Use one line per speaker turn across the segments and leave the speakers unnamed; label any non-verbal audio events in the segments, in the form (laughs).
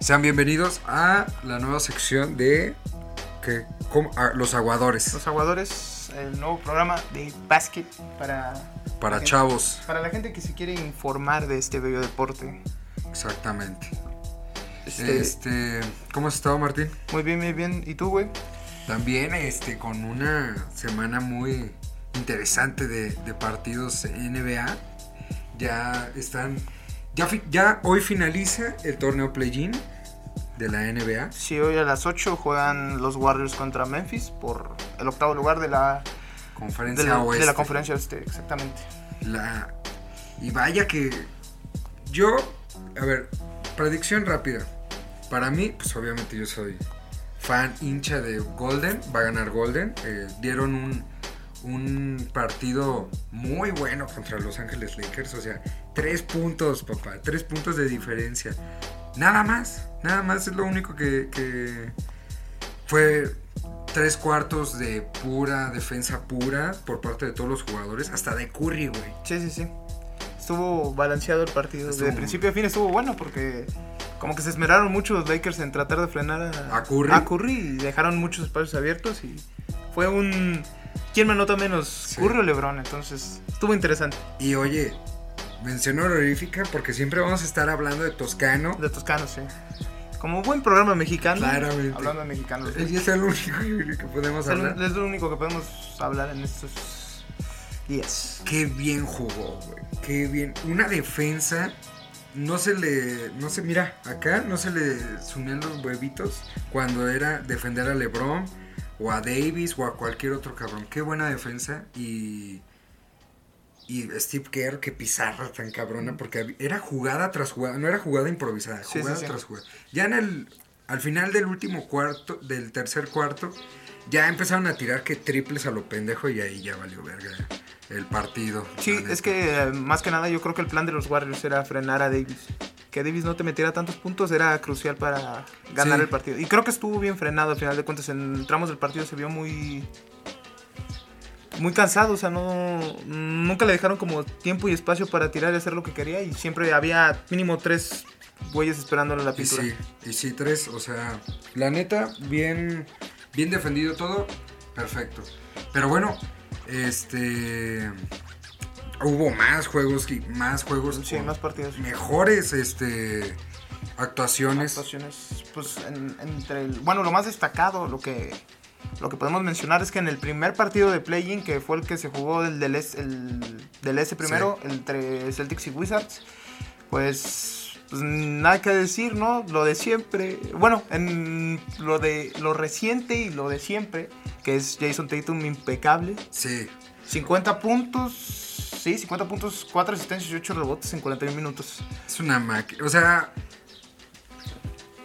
Sean bienvenidos a la nueva sección de ¿qué? ¿Cómo? Ah, los aguadores
Los Aguadores, el nuevo programa de básquet para,
para
Ok.
chavos.
para la gente que se quiere informar de este bello deporte.
Exactamente.
Este,
Este, ¿cómo has estado, Martín?
Muy bien, muy bien. ¿Y tú, güey?
También este, con una semana muy interesante de, de partidos NBA. Ya están. Ya, fi- ya hoy finaliza el torneo play-in de la NBA.
Si hoy a las 8 juegan los Warriors contra Memphis por el octavo lugar de la,
Conferencia
de la, de
Oeste.
la conferencia este, exactamente.
La- Y vaya que. Yo. A ver, predicción rápida. Para mí, pues obviamente yo soy fan hincha de Golden. Va a ganar Golden. Eh, dieron un, un partido muy bueno contra Los Ángeles Lakers. O sea, tres puntos, papá. Tres puntos de diferencia. Nada más. Nada más es lo único que- que fue tres cuartos de pura defensa pura por parte de todos los jugadores. Hasta de Curry, güey.
Sí, sí, sí. Estuvo balanceado el partido.
Estuvo
de
muy
principio a fin estuvo bueno porque como que se esmeraron mucho los Lakers en tratar de frenar a,
¿A Curry?
y dejaron muchos espacios abiertos y fue un... ¿Quién me anota menos? Curry o Lebron. Entonces estuvo interesante.
Y oye, mención honorífica porque siempre vamos a estar hablando de Toscano.
De Toscano, sí. Como buen programa mexicano.
Claramente.
Hablando de mexicanos.
Él es el único (laughs) que podemos
Es, el-
hablar.
es lo único que podemos hablar en estos días.
Qué bien jugó, güey. Qué bien. Una defensa. No se le. No se. Mira, acá no se le sumían los huevitos cuando era defender a LeBron o a Davis o a cualquier otro cabrón. Qué buena defensa. Y. Y Steve Kerr, qué pizarra tan cabrona. Porque hab- era jugada tras jugada. No era jugada improvisada,
Sí, sí,
jugada
sí.
tras jugada. Ya en el. Al final del último cuarto, del tercer cuarto, ya empezaron a tirar que triples a lo pendejo y ahí ya valió verga el partido. la
Sí,
neta.
es que eh, más que nada yo creo que el plan de los Warriors era frenar a Davis. Que Davis no te metiera tantos puntos era crucial para ganar
Sí.
el partido. Y creo que estuvo bien frenado al final de cuentas. En tramos del partido se vio muy. Muy cansado, o sea, no nunca le dejaron como tiempo y espacio para tirar y hacer lo que quería. Y siempre había mínimo tres güeyes esperándole la
Y
pintura.
sí, y sí, tres, o sea, la neta, bien, bien defendido todo, perfecto. Pero bueno, este, hubo más juegos, y más juegos,
Sí,
con
más partidos.
mejores, este, actuaciones.
actuaciones, pues en- entre el- bueno lo más destacado lo que lo que podemos mencionar es que en el primer partido de play-in que fue el que se jugó el del S, el del S primero entre Celtics y Wizards pues, pues, nada que decir no lo de siempre bueno en lo de lo reciente y lo de siempre que es Jason Tatum impecable
Sí,
50 puntos sí 50 puntos 4 asistencias y 8 rebotes en 41 minutos
es una máquina, o sea,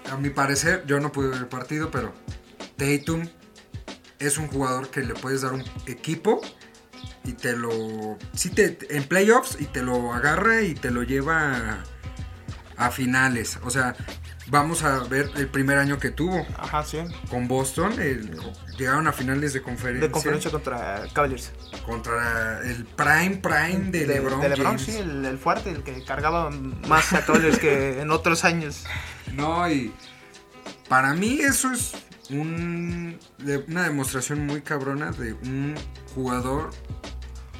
a mi parecer, yo no pude ver el partido, pero Tatum es un jugador que le puedes dar un equipo y te lo. Sí, te, en playoffs y te lo agarra y te lo lleva a, a finales. O sea, vamos a ver el primer año que tuvo
ajá sí
con Boston. el- llegaron a finales de conferencia,
de conferencia contra Cavaliers
contra el Prime Prime de, LeBron. James.
sí, el, el fuerte, el que cargaba más a
(laughs)
Cavaliers que en otros años.
No, y para mí eso es un- de- una demostración muy cabrona de un jugador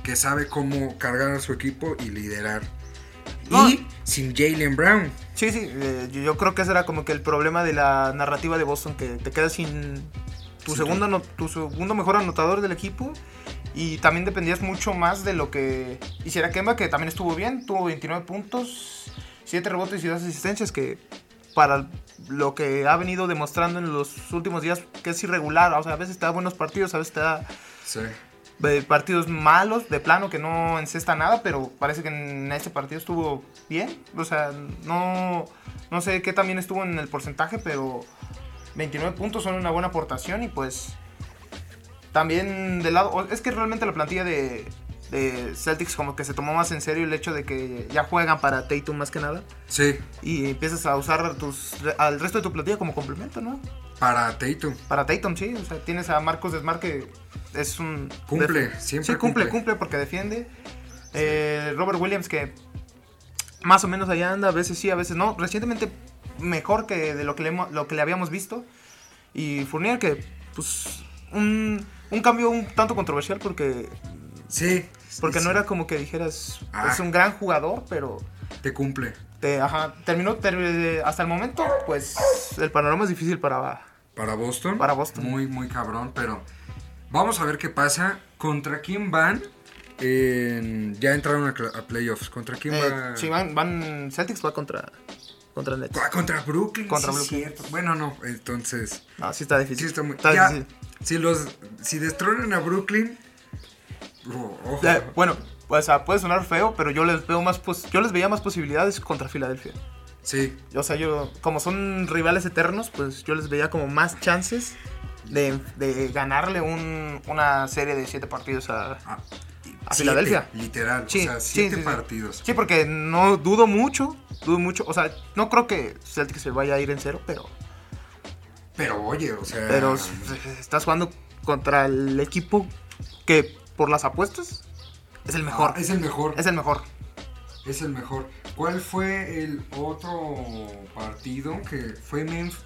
que sabe cómo cargar a su equipo y liderar.
No.
Y sin Jalen Brown.
Sí, sí, eh, yo- yo creo que ese era como que el problema de la narrativa de Boston, que te quedas sin tu,
Sin
segundo, ano- tu segundo mejor anotador del equipo y también dependías mucho más de lo que hiciera Kemba, que también estuvo bien, tuvo 29 puntos, 7 rebotes y 2 asistencias, que para lo que ha venido demostrando en los últimos días, que es irregular, o sea, a veces te da buenos partidos, a veces te da
Sí.
de partidos malos, de plano, que no encesta nada, pero parece que en este partido estuvo bien. O sea, no, no sé qué también estuvo en el porcentaje, pero 29 puntos son una buena aportación y pues también del lado... o- Es que realmente la plantilla de, de Celtics como que se tomó más en serio el hecho de que ya juegan para Tatum más que nada
Sí,
y empiezas a usar tus, al resto de tu plantilla como complemento, ¿no?
para Tatum.
Para Tatum, sí. O sea, tienes a Marcos Desmar que es un...
Cumple,
def-
siempre
Sí, cumple,
cumple.
cumple porque defiende. Eh, Robert Williams que más o menos allá anda, a veces sí, a veces no. Recientemente mejor que de lo que le, hemos- lo que le habíamos visto. Y Fournier que, pues, un, un cambio un tanto controversial porque,
Sí.
porque
sí,
no
sí.
era como que dijeras,
Ah.
es un gran jugador, pero
Te cumple.
te- ajá, terminó ter- hasta el momento, pues, el panorama es difícil para...
Para Boston.
Para Boston.
Muy, muy cabrón, pero vamos a ver qué pasa. ¿Contra quién van? en- ya entraron a, cla- a playoffs. ¿Contra quién
eh,
va?
sí, van, van- Celtics va contra, contra el Nets.
Ah, Contra Brooklyn.
Contra
sí,
Brooklyn.
cierto. Bueno, no, entonces.
No, sí está difícil.
Sí, está muy.
Está
ya,
difícil.
si, los, si destronan a Brooklyn. oh, ojo.
Ya, bueno, o sea, puede sonar feo, pero yo les veo más pos- yo les veía más posibilidades contra Filadelfia.
Sí,
O sea, yo como son rivales eternos, pues yo les veía como más chances de, de ganarle un- una serie de siete partidos a
a,
¿A Filadelfia?
Literal, o sea,
sí,
siete
sí, sí.
partidos.
Sí, porque no dudo mucho, dudo mucho, o sea, no creo que Celtic se vaya a ir en cero, pero
Pero oye, o sea. ah,
pero s- s- estás jugando contra el equipo que por las apuestas es el mejor.
Ah, Es el mejor.
es el mejor.
Es el mejor. ¿Cuál fue el otro partido que fue Memf-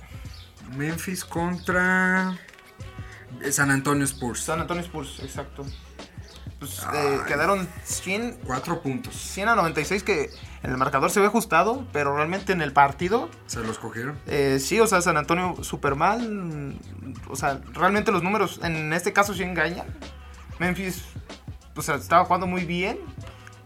Memphis contra eh, San Antonio Spurs?
San Antonio Spurs, exacto. Pues
Ay.
eh, quedaron 100,
Cuatro puntos.
100 a 96 que en el marcador se ve ajustado, pero realmente en el partido,
¿Se los cogieron?
eh, sí, o sea, San Antonio super mal. mm, O sea, realmente los números en este caso sí engañan. Memphis, o sea, estaba jugando muy bien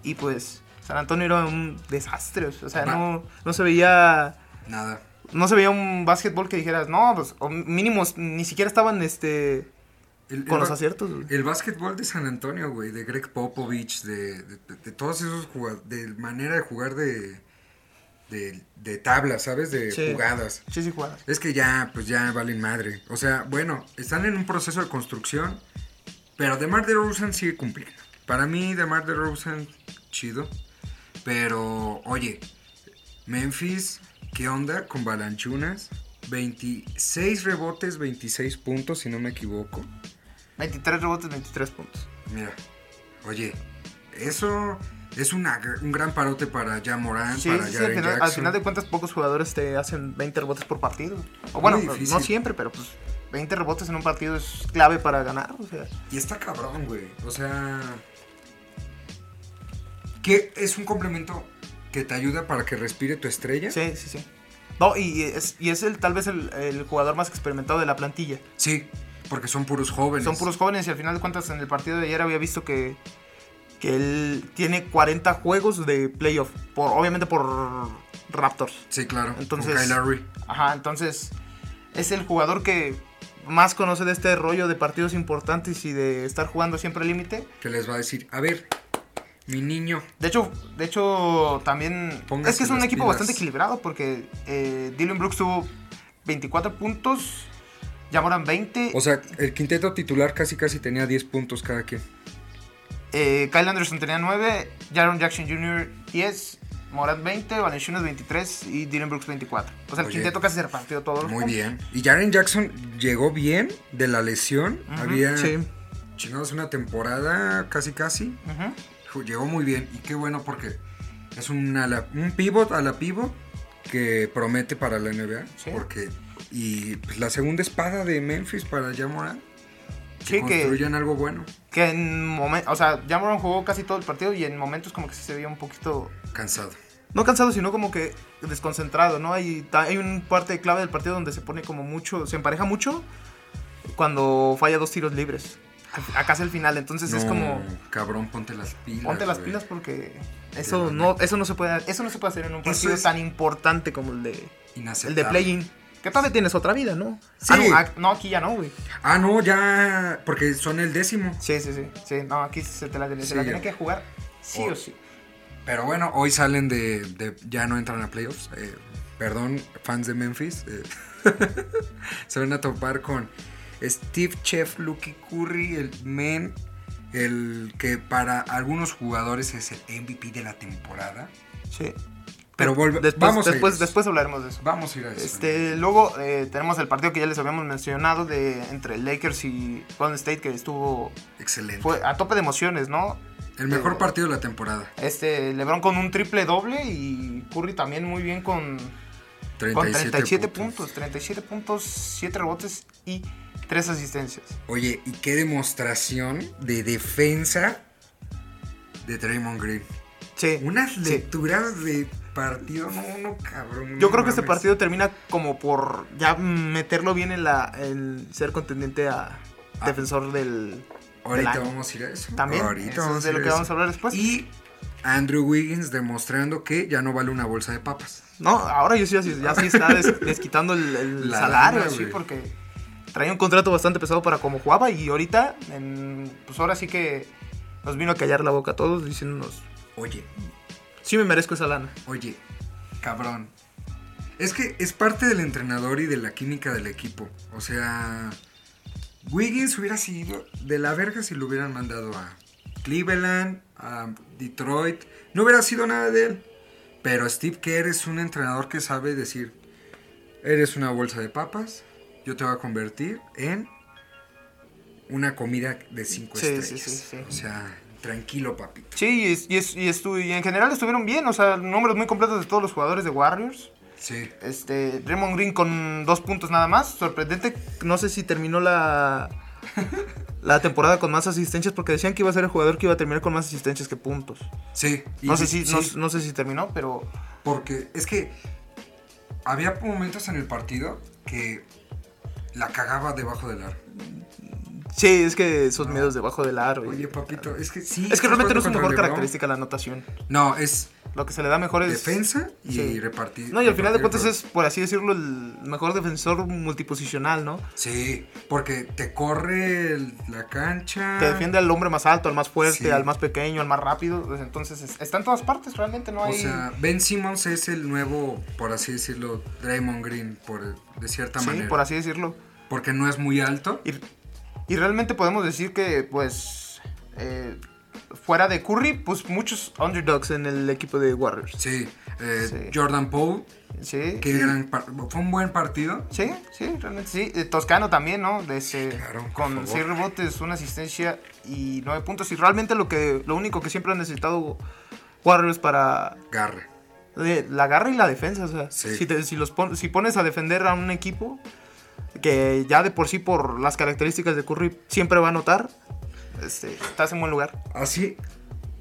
y pues San Antonio era un desastre. O sea,
Va.
no, no se veía...
Nada.
No se veía un básquetbol que dijeras, no, pues o mínimo ni siquiera estaban este,
El- el
con los
ba-
aciertos. güey.
El básquetbol de San Antonio, güey, de Greg Popovich, de, de, de- de todos esos jugadores, de manera de jugar de, de, de tablas, ¿sabes? De
Sí.
jugadas.
Sí, sí, jugadas.
Es que ya, pues ya valen madre. O sea, bueno, están en un proceso de construcción, pero DeMar DeRozan sigue cumpliendo. Para mí, DeMar DeRozan, chido. Pero, oye, Memphis, ¿qué onda con Balanchunas? 26 rebotes, 26 puntos, si no me equivoco.
23 rebotes, 23 puntos.
Mira, oye, eso es una gr- un gran parote para ya Morán,
Sí,
Ah, para
sí, sí, al,
Jaren
final, al
Jackson.
final de cuentas pocos jugadores te hacen 20 rebotes por partido. O bueno,
Muy
no
difícil.
siempre, pero pues 20 rebotes en un partido es clave para ganar. O sea,
Y está cabrón, güey. O sea. Que es un complemento que te ayuda para que respire tu estrella.
sí, sí, sí. No, y es, y es el, tal vez el, el jugador más experimentado de la plantilla.
Sí, porque son puros jóvenes.
Son puros jóvenes y al final de cuentas en el partido de ayer había visto que, que él tiene 40 juegos de playoff, por, obviamente por Raptors.
Sí, claro. Entonces.
Entonces-
Con Kyle Lowry.
Ajá, entonces es el jugador que más conoce de este rollo de partidos importantes y de estar jugando siempre al límite.
Que les va a decir: A ver, mi niño.
De hecho, de hecho también
Póngase
es que es un
las
equipo
pilas.
bastante equilibrado porque eh, Dylan Brooks tuvo 24 puntos, Jamoran 20,
O sea, el quinteto titular casi casi tenía 10 puntos cada quien.
eh, Kyle Anderson tenía 9, Jaron Jackson Jr. 10, Morant 20, Valenciunas 23 y Dylan Brooks 24. O sea, el
Oye.
quinteto casi se repartió todo.
Muy bien. Y Jaren Jackson llegó bien de la lesión.
Ujú,
Había
sí.
chingados una temporada casi casi.
Ujú.
Llegó muy bien y qué bueno porque es un, ala- un pivot a la pivot que promete para la NBA.
Sí.
Porque, y pues, la segunda espada de Memphis para Jamoran.
Sí, que-
construyan algo bueno.
Que en momentos, o sea, Jamoran jugó casi todo el partido y en momentos como que sí se veía un poquito
Cansado.
No cansado, sino como que desconcentrado, ¿no? Hay, ta- hay un parte clave del partido donde se pone como mucho, se empareja mucho cuando falla dos tiros libres. A- Acá es el final, entonces es
No,
como
Cabrón, ponte las pilas.
ponte las
güey.
pilas porque
Sí,
eso
la
no, eso no se puede, eso no se puede hacer en un partido
es-
tan importante como el de el
Inaceptable.
de play-in. Que todavía tienes otra vida, ¿no?
Sí.
Ah, no, ah, no, aquí ya no, güey.
Ah, no, ya. Porque son el décimo.
Sí, sí, sí, sí. No, aquí se te la, se
Sí,
la
ya.
tiene que jugar sí
Oh.
o sí.
Pero bueno, hoy salen de. de- ya no entran a playoffs. eh, perdón, fans de Memphis. eh, (laughs) se van a topar con Steve Chef, Lucky Curry, el men. El que para algunos jugadores es el MVP de la temporada.
Sí.
Pero volve-
después,
vamos a
después,
ellos.
después hablaremos de eso.
Vamos a ir a eso.
Este, luego eh, tenemos el partido que ya les habíamos mencionado de entre Lakers y Golden State que estuvo
Excelente.
fue a tope de emociones, ¿no?
el mejor
eh,
partido de la temporada.
Este LeBron con un triple doble y Curry también muy bien con Con
37
37
puntos.
puntos, 37 puntos, 7 rebotes y 3 asistencias.
Oye, y qué demostración de defensa de Draymond Green.
Sí.
Unas
sí.
lecturas de partido, no, no, cabrón.
Yo
no
creo que este
mames.
partido termina como por ya meterlo bien en la en ser contendiente a
Ah.
defensor del del
Ahorita
año.
vamos a ir a eso.
También,
Ahorita
eso
vamos
es
a
de
ir
lo
a
que
eso.
vamos a hablar pues. después.
Y Andrew Wiggins demostrando que ya no vale una bolsa de papas.
No, ahora yo sí, así- ya sí está des- (laughs) desquitando el, el
La
salario,
lana,
sí,
güey.
porque traía un contrato bastante pesado para como jugaba y ahorita, en- pues ahora sí que nos vino a callar la boca a todos diciéndonos,
Oye,
sí me merezco esa lana.
oye, cabrón. Es que es parte del entrenador y de la química del equipo. O sea, Wiggins hubiera sido de la verga si lo hubieran mandado a Cleveland, a Detroit. No hubiera sido nada de él. Pero Steve Kerr es un entrenador que sabe decir, eres una bolsa de papas, yo te voy a convertir en una comida de cinco
Sí, sí,
estrellas.
sí, sí.
O sea, tranquilo, papito.
Sí, y, es- y es- y estu- y en general estuvieron bien, o sea, números muy completos de todos los jugadores de Warriors.
Sí.
Este, Draymond Green con dos puntos nada más, sorprendente, no sé si
(laughs)
terminó la... La temporada con más asistencias, porque decían que iba a ser el jugador que iba a terminar con más asistencias que puntos.
Sí. y
No sé,
sí,
si, no-
sí,
no sé si terminó, pero
Porque es que había momentos en el partido que la cagaba debajo del aro.
Sí, es que esos miedos debajo del aro. y-
Oye, papito, es que sí.
es que realmente no es su
estás jugando
mejor
contra
característica la anotación.
LeBron. No, es
Lo que se le da mejor es.
defensa y
Sí.
repartir.
No, y al final de
repartir
cuentas
el
es, por así decirlo, el mejor defensor multiposicional, ¿no?
juego. Sí, porque te corre el- la cancha.
Que defiende al hombre más alto, al más fuerte,
Ah. Sí.
al más pequeño, al más rápido. Pues, entonces, es- está en todas partes, realmente no
O
hay.
sea, Ben Simmons es el nuevo, por así decirlo, Draymond Green, por, de cierta
sí,
manera.
por así decirlo.
Porque no es muy alto.
Y, y realmente podemos decir que, pues. eh, fuera de Curry, pues muchos underdogs en el equipo de Warriors.
Sí, eh,
Sí.
Jordan Poole,
Sí.
que gran par- fue un buen partido.
Sí, sí, realmente sí. Eh, Toscano también, ¿no? De ese-
claro, por favor.
con seis rebotes, una asistencia y nueve puntos. Y realmente lo que, lo único que siempre han necesitado Warriors para
Garre.
eh, la garra y la defensa. O sea,
Sí.
si, te- si los pon- si pones a defender a un equipo que ya de por sí por las características de Curry siempre va a notar, este, estás en buen lugar.
Así,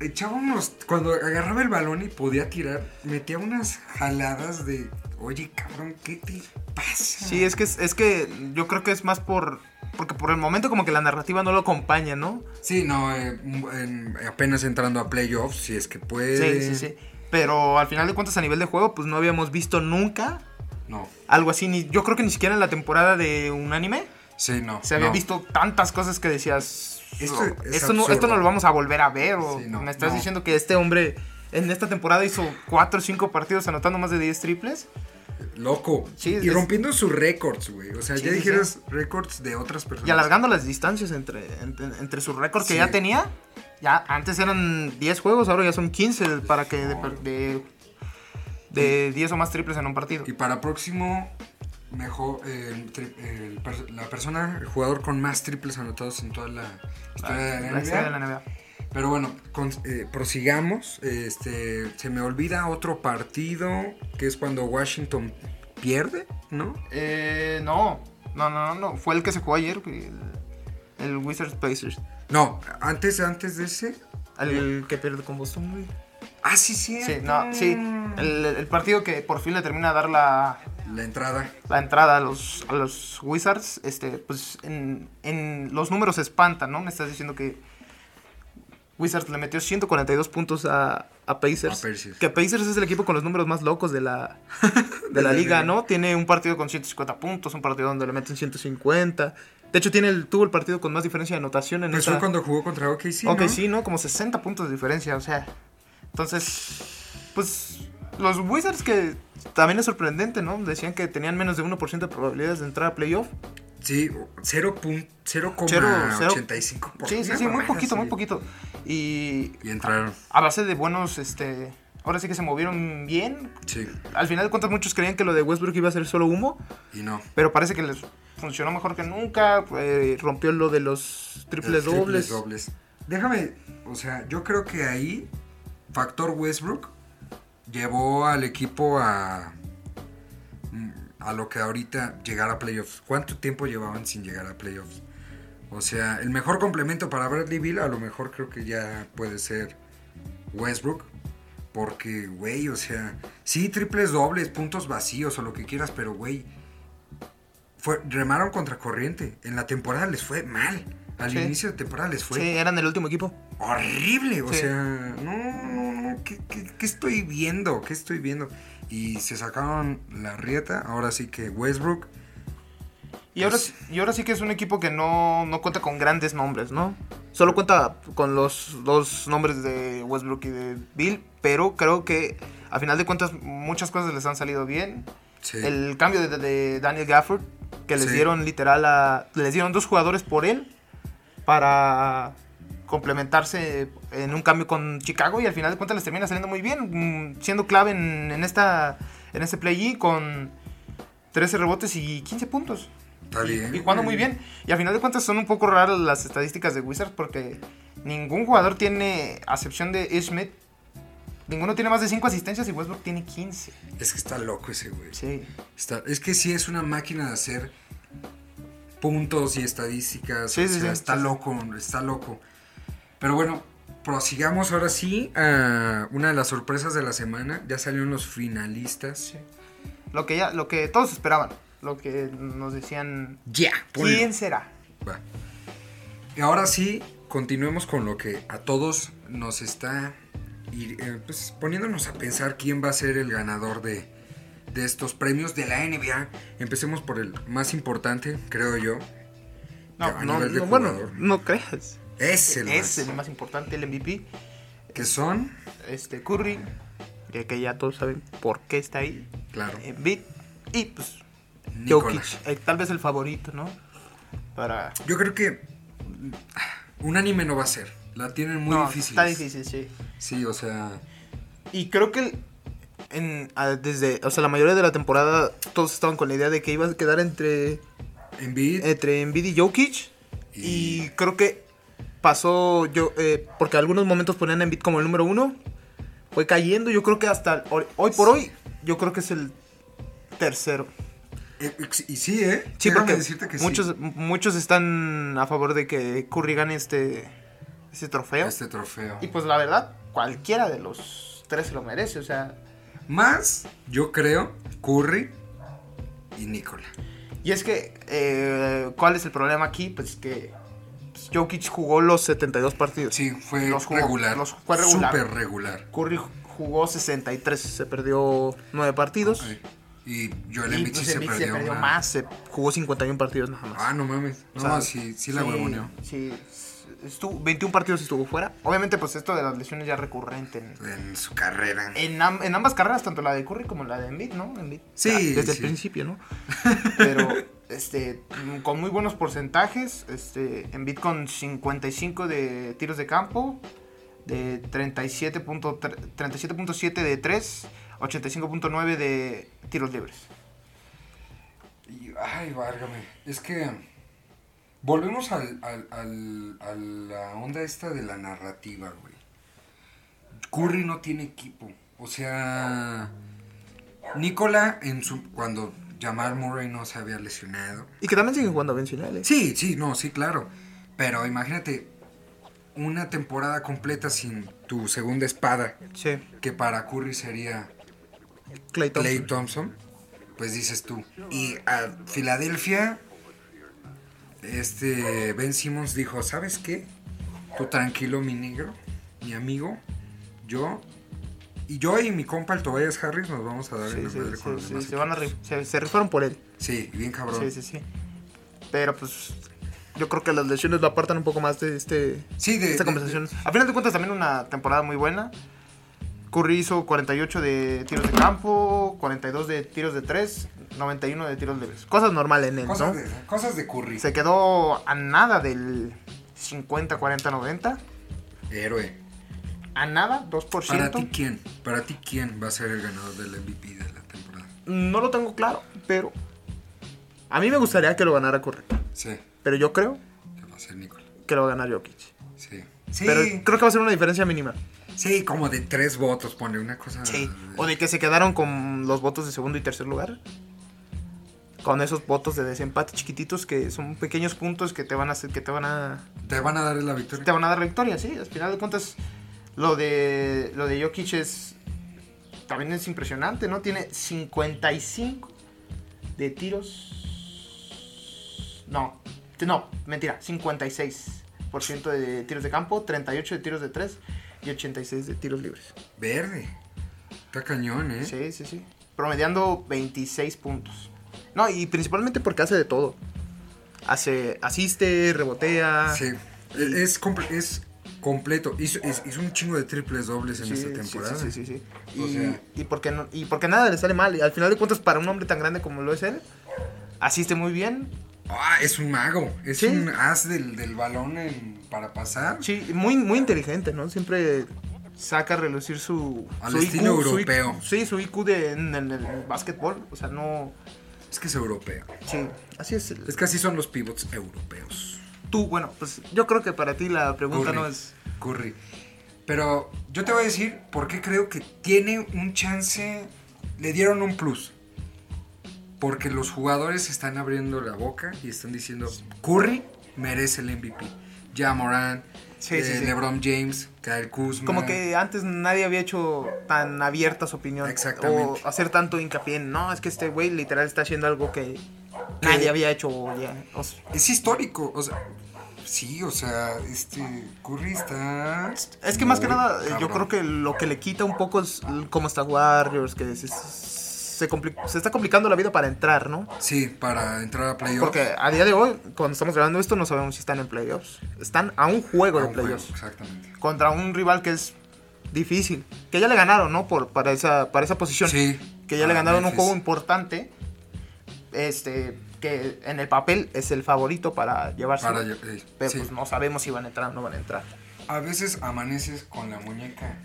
echaba unos. Cuando agarraba el balón y podía tirar, metía unas jaladas de. Oye, cabrón, ¿qué te pasa?
Sí, es que es, es que yo creo que es más por porque por el momento como que la narrativa no lo acompaña, ¿no?
Sí, no, eh, en- apenas entrando a playoffs, si es que puede.
Sí, sí, sí. Pero al final de cuentas, a nivel de juego, pues no habíamos visto nunca
No,
algo así. Ni, yo creo que ni siquiera en la temporada de un anime
sí, no.
se había
no.
visto tantas cosas que decías.
Esto
"Oh,
es
esto no,
absurdo".
esto no lo vamos a volver a ver. O
Sí, no,
me estás
no.
diciendo que este hombre en esta temporada hizo 4 o 5 partidos anotando más de 10 triples.
Loco.
Sí,
y
es-
rompiendo sus récords, güey. O sea,
Sí,
ya
sí,
dijeras récords de otras personas.
Y alargando las distancias entre, entre, entre su récord que
Sí.
ya tenía. Ya antes eran 10 juegos, ahora ya son 15 para que de, de, de 10 o más triples en un partido.
Y para próximo, mejor. eh, el tri- el per- la persona, el jugador con más triples anotados en toda la historia de la
Ah, La historia de la
NBA.
NBA.
Pero bueno, con- eh, prosigamos. Este, se me olvida otro partido, que es cuando Washington pierde, ¿no?
Eh, no. No, no, no, no. Fue el que se jugó ayer, güey, el, el Wizards Pacers.
No, antes, antes de ese.
El, que pierde con Boston, güey.
Ah, sí, sí. Mm.
Sí, no, sí. El, el partido que por fin le termina de dar la,
La entrada. Pues
la entrada a los, a los Wizards, este, pues en, en los números espantan, ¿no? Me estás diciendo que Wizards le metió 142 puntos a, a Pacers.
A Pacers.
Que Pacers es el equipo con los números más locos
(laughs)
de la, de
la
la liga,
liga.
¿no? Tiene un partido con 150 puntos, un partido donde le meten 150. De hecho, tiene el, tuvo el partido con más diferencia de anotación en
Pues
esa-
fue cuando jugó contra OKC.
Ok,
¿no?
sí, ¿no? Como 60 puntos de diferencia, o sea. Entonces, pues los Wizards que también es sorprendente, ¿no? Decían que tenían menos de 1% de probabilidades de entrar a playoff.
Sí, 0.85%.
Cero, cero. Sí, sí, sí, (laughs) muy poquito, muy poquito. Y
Y entraron,
a base de buenos, este... Ahora sí que se movieron bien.
sí.
Al final de cuentas muchos creían que lo de Westbrook iba a ser solo humo,
Y no.
pero parece que les funcionó mejor que nunca. eh, rompió lo de los triples dobles.
dobles. Déjame, o sea, yo creo que ahí factor Westbrook llevó al equipo a mm, a lo que ahorita llegar a playoffs. ¿Cuánto tiempo llevaban sin llegar a playoffs? O sea, el mejor complemento para Bradley Bill a lo mejor creo que ya puede ser Westbrook. Porque, güey, o sea, sí, triples dobles, puntos vacíos o lo que quieras, pero, güey, fue, remaron contra corriente. En la temporada les fue mal. Al
Sí.
inicio de temporada les fue
Sí, eran el último equipo.
horrible. O
Sí.
sea, no, no, no, ¿qué, qué, qué estoy viendo? ¿Qué estoy viendo? Y se sacaron la rieta. Ahora sí que Westbrook.
Y ahora,
Pues-
y ahora sí que es un equipo que no, no cuenta con grandes nombres, ¿no? Solo cuenta con los dos nombres de Westbrook y de Bill, pero creo que a final de cuentas muchas cosas les han salido bien.
Sí,
El cambio de, de Daniel Gafford, que les
Sí.
dieron literal a... Les dieron dos jugadores por él para complementarse en un cambio con Chicago y al final de cuentas les termina saliendo muy bien, mm, siendo clave en, en esta en este play con 13 rebotes y 15 puntos.
está
Y-
bien.
Y jugando
güey.
muy bien. Y al final de cuentas son un poco raras las estadísticas de Wizards porque ningún jugador tiene, a excepción de Smith, ninguno tiene más de 5 asistencias y Westbrook tiene 15.
Es que está loco ese güey.
Sí.
Está- es que sí es una máquina de hacer puntos y estadísticas.
Sí,
o
sí,
sea,
sí,
está
sí, sí.
loco, está loco. Pero bueno, prosigamos ahora sí a una de las sorpresas de la semana. Ya salieron los finalistas.
Lo que, ya, lo que todos esperaban, lo que nos decían,
Ya, ponlo.
¿quién será?
Va. Y ahora sí, continuemos con lo que a todos nos está ir- eh, pues, poniéndonos a pensar quién va a ser el ganador de, de estos premios de la NBA. Empecemos por el más importante, creo yo.
No,
A
no,
nivel de
no, bueno,
jugador.
no creas.
Es el más.
es el más importante, el MVP.
Que son,
Este Curry, ya que ya todos saben por qué está ahí.
claro,
Embiid y pues
Nikola.
Jokic, eh, tal vez el favorito, ¿no? Para
Yo creo que mm, unánime no va a ser. La tienen muy
No,
difícil.
Está difícil, sí.
Sí, o sea,
Y creo que el- en, ah, desde, o sea, la mayoría de la temporada todos estaban con la idea de que iba a quedar entre
Embiid,
entre Embiid y Jokic y,
Y-
creo que pasó yo eh, porque algunos momentos ponían a Embiid como el número uno fue cayendo yo creo que hasta el- hoy, hoy por
Sí.
hoy yo creo que es el tercero
eh, y sí, ¿eh?
sí
Déjame
porque
decirte que sí.
muchos m- muchos están a favor de que Curry gane este este trofeo
Este trofeo.
y pues la verdad cualquiera de los tres se lo merece o sea
Más, yo creo, Curry y Nicola.
Y es que, eh, ¿cuál es el problema aquí? Pues que pues, Jokic jugó los 72 partidos.
Sí, fue
Los jugó,
regular.
los fue regular.
Súper regular.
Curry jugó 63, se perdió 9 partidos.
Ay, Y Joel
Y,
Embiid sí
pues,
se
Embiid
perdió. una-
más, se jugó 51 partidos nada más.
Ah, no mames. No,
O sea,
sí, sí la huevoneó.
Sí, estuvo, 21 partidos estuvo fuera. Obviamente, pues esto de las lesiones ya es recurrente. En,
En su carrera.
en am- en ambas carreras, tanto la de Curry como la de Embiid, ¿no? Embiid,
Sí,
ya, desde el
sí.
principio, (laughs) ¿no? Pero este con muy buenos porcentajes, este Embiid con 55 de tiros de campo, de 37.3 37.7 de 3, 85.9 de tiros libres.
Y- ay, válgame. Es que volvemos al, al- al- a la onda esta de la narrativa, güey. Curry no tiene equipo. O sea, Nicola en su, cuando Jamal Murray no se había lesionado.
Y que también siguen jugando bien sin él, ¿eh?
Sí, sí, no, sí, claro. Pero imagínate una temporada completa sin tu segunda espada,
Sí,
que para Curry sería
Clay Thompson.
Clay Thompson, pues dices tú. Y a Filadelfia, este Ben Simmons dijo, ¿sabes qué? Tú tranquilo, mi negro, mi amigo, yo y yo y mi compa el Tobias Harris nos vamos a dar en la
Sí, sí,
madre
sí,
con los
sí,
demás
se, van a
equipos".
rif- se- se rifaron por él.
Sí, bien cabrón.
Sí, sí, sí. Pero pues yo creo que las lesiones lo apartan un poco más de este
Sí, de-
esta
de-
conversación. A final de cuentas también una temporada muy buena. Curry hizo 48 de tiros de campo, 42 de tiros de 3, 91 de tiros libres. Cosas normales en él, ¿no?
Cosas, de, cosas de Curry.
Se quedó a nada del 50, 40, 90.
Héroe.
A nada,
¿Para
2%.
ti quién? ¿Para ti quién va a ser el ganador del MVP de la temporada?
No lo tengo claro, pero a mí me gustaría que lo ganara Curry,
Sí,
pero yo creo
que va a ser Nicola.
que lo va a ganar Jokic.
Sí. Sí,
Pero creo que va a ser una diferencia mínima.
sí, como de tres votos, pone una cosa.
O de que se quedaron con los votos de segundo y tercer lugar. con esos votos de desempate chiquititos que son pequeños puntos que te van a hacer, que te van a
Te van a dar la victoria.
te van a dar la victoria, sí, al final de cuentas lo de lo de Jokic es también es impresionante, ¿no? Tiene 55 de tiros. No, t- no, mentira, 56% de tiros de campo, 38 de tiros de 3 y 86 de tiros libres.
Verde. Está cañón, ¿eh?
Sí, sí, sí. Promediando 26 puntos. No, y principalmente porque hace de todo. Hace asiste, rebotea.
Sí. E- Es, comple- es completo. Hizo, es- hizo un chingo de triples dobles en
Sí,
esta
sí,
temporada.
Sí, sí, sí, sí.
O
Y,
sea-
y porque no- y porque nada le sale mal. Y al final de cuentas, para un hombre tan grande como lo es él, asiste muy bien.
Ah, es un mago. Es
Sí.
un as del, del balón en- para pasar.
Sí, muy, muy inteligente, ¿no? Siempre saca a relucir su,
Al
su
estilo
su IQ,
europeo.
sí, su IQ de, en, en el básquetbol. O sea, no.
Es que es europeo.
Sí, así es.
Es que así son los pivots europeos.
Tú, bueno, pues yo creo que para ti la pregunta
Curry.
no es.
Curry. Pero yo te voy a decir por qué creo que tiene un chance. Le dieron un plus. Porque los jugadores están abriendo la boca y están diciendo: Curry merece el MVP. Ya Moran,
Sí, sí, sí.
eh, LeBron James, Kyle Kuzma.
Como que antes nadie había hecho tan abierta su opinión.
Exactamente.
O hacer tanto hincapié en, no, es que este güey literal está haciendo algo que nadie había hecho. o ya, o sea,
Es histórico. O sea, sí, o sea, este Curry está.
es que más que
muy
nada, eh, yo
cabrón.
creo que lo que le quita un poco es l- cómo está Warriors, que se, se compli- se está complicando la vida para entrar, ¿no?
Sí, para entrar a playoffs.
Porque a día de hoy, cuando estamos grabando esto, no sabemos si están en playoffs. Están a un juego
Ah,
de
un juego,
playoffs.
Exactamente.
Contra un rival que es difícil. Que ya le ganaron, ¿no? Por, para, esa, para esa posición.
Sí.
que ya le
Ah,
ganaron
Memphis.
un juego importante. Este, que en el papel es el favorito para llevarse.
Para yo- eh,
pero
sí.
pues no sabemos si van a entrar o no van a entrar.
A veces amaneces con la muñeca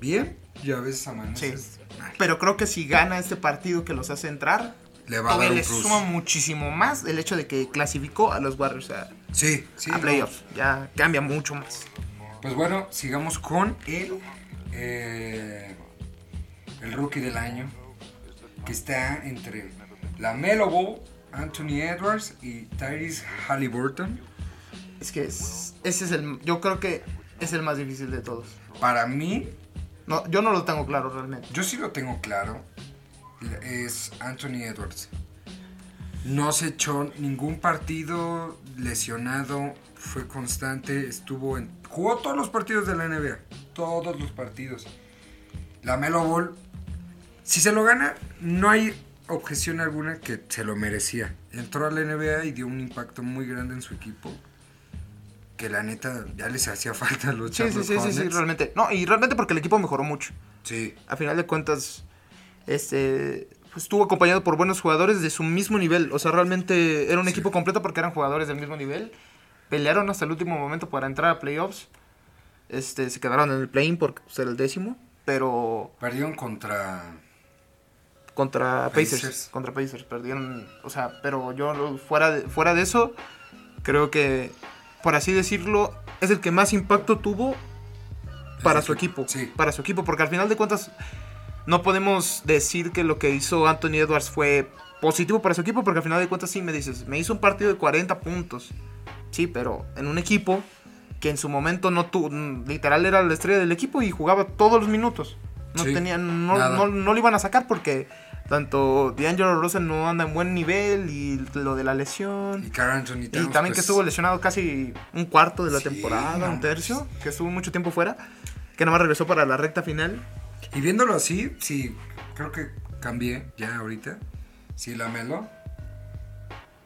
bien y a veces amaneces mal.
Pero creo que si gana este partido que los hace entrar,
Le va a
todavía
dar un
les
plus.
suma muchísimo más el hecho de que clasificó a los Warriors a,
Sí, sí.
a
no.
playoffs. Ya cambia mucho más.
Pues bueno, sigamos con el, eh, el rookie del año que está entre la Melo Ball, Anthony Edwards y Tyrese Halliburton.
Es que es- ese es el. Yo creo que es el más difícil de todos.
Para mí,
No, yo no lo tengo claro realmente.
Yo sí lo tengo claro. Es Anthony Edwards. No se echó ningún partido lesionado. Fue constante. Estuvo en. Jugó todos los partidos de la NBA. Todos los partidos. La Melo Ball. Si se lo gana, no hay objeción alguna que se lo merecía. Entró a la NBA y dio un impacto muy grande en su equipo. Que la neta ya les hacía (laughs) falta a los
Sí, sí,
Charlotte
sí, sí, sí,
Hornets.
realmente. No, y realmente porque el equipo mejoró mucho.
Sí.
a final de cuentas, este, pues, estuvo acompañado por buenos jugadores de su mismo nivel. O sea, realmente era un equipo completo porque eran jugadores del mismo nivel. Pelearon hasta el último momento para entrar a playoffs. Este, se quedaron en el play-in por ser el décimo. Pero
Perdieron contra.
contra Pacers,
Pacers.
Contra Pacers. Perdieron. O sea, pero yo lo- fuera de, fuera de eso, creo que, por así decirlo, es el que más impacto tuvo para
Ese
su
equipo,
equipo.
sí.
Para su equipo. Porque al final de cuentas, no podemos decir que lo que hizo Anthony Edwards fue positivo para su equipo. Porque al final de cuentas, sí me dices, me hizo un partido de 40 puntos. Sí, pero en un equipo que en su momento no tuvo. Literal era la estrella del equipo y jugaba todos los minutos. No
Sí,
tenían. No,
nada.
no, no lo iban a sacar porque tanto D'Angelo Russell no anda en buen nivel y lo de la
Y
lesión.
Carl Anthony
Y
Towns,
también
pues,
que estuvo lesionado casi un cuarto de la
Sí,
temporada,
no,
un tercio, que estuvo mucho tiempo fuera, que nada más regresó para la recta final.
Y viéndolo así, sí, creo que cambié ya ahorita. Sí, la Melo.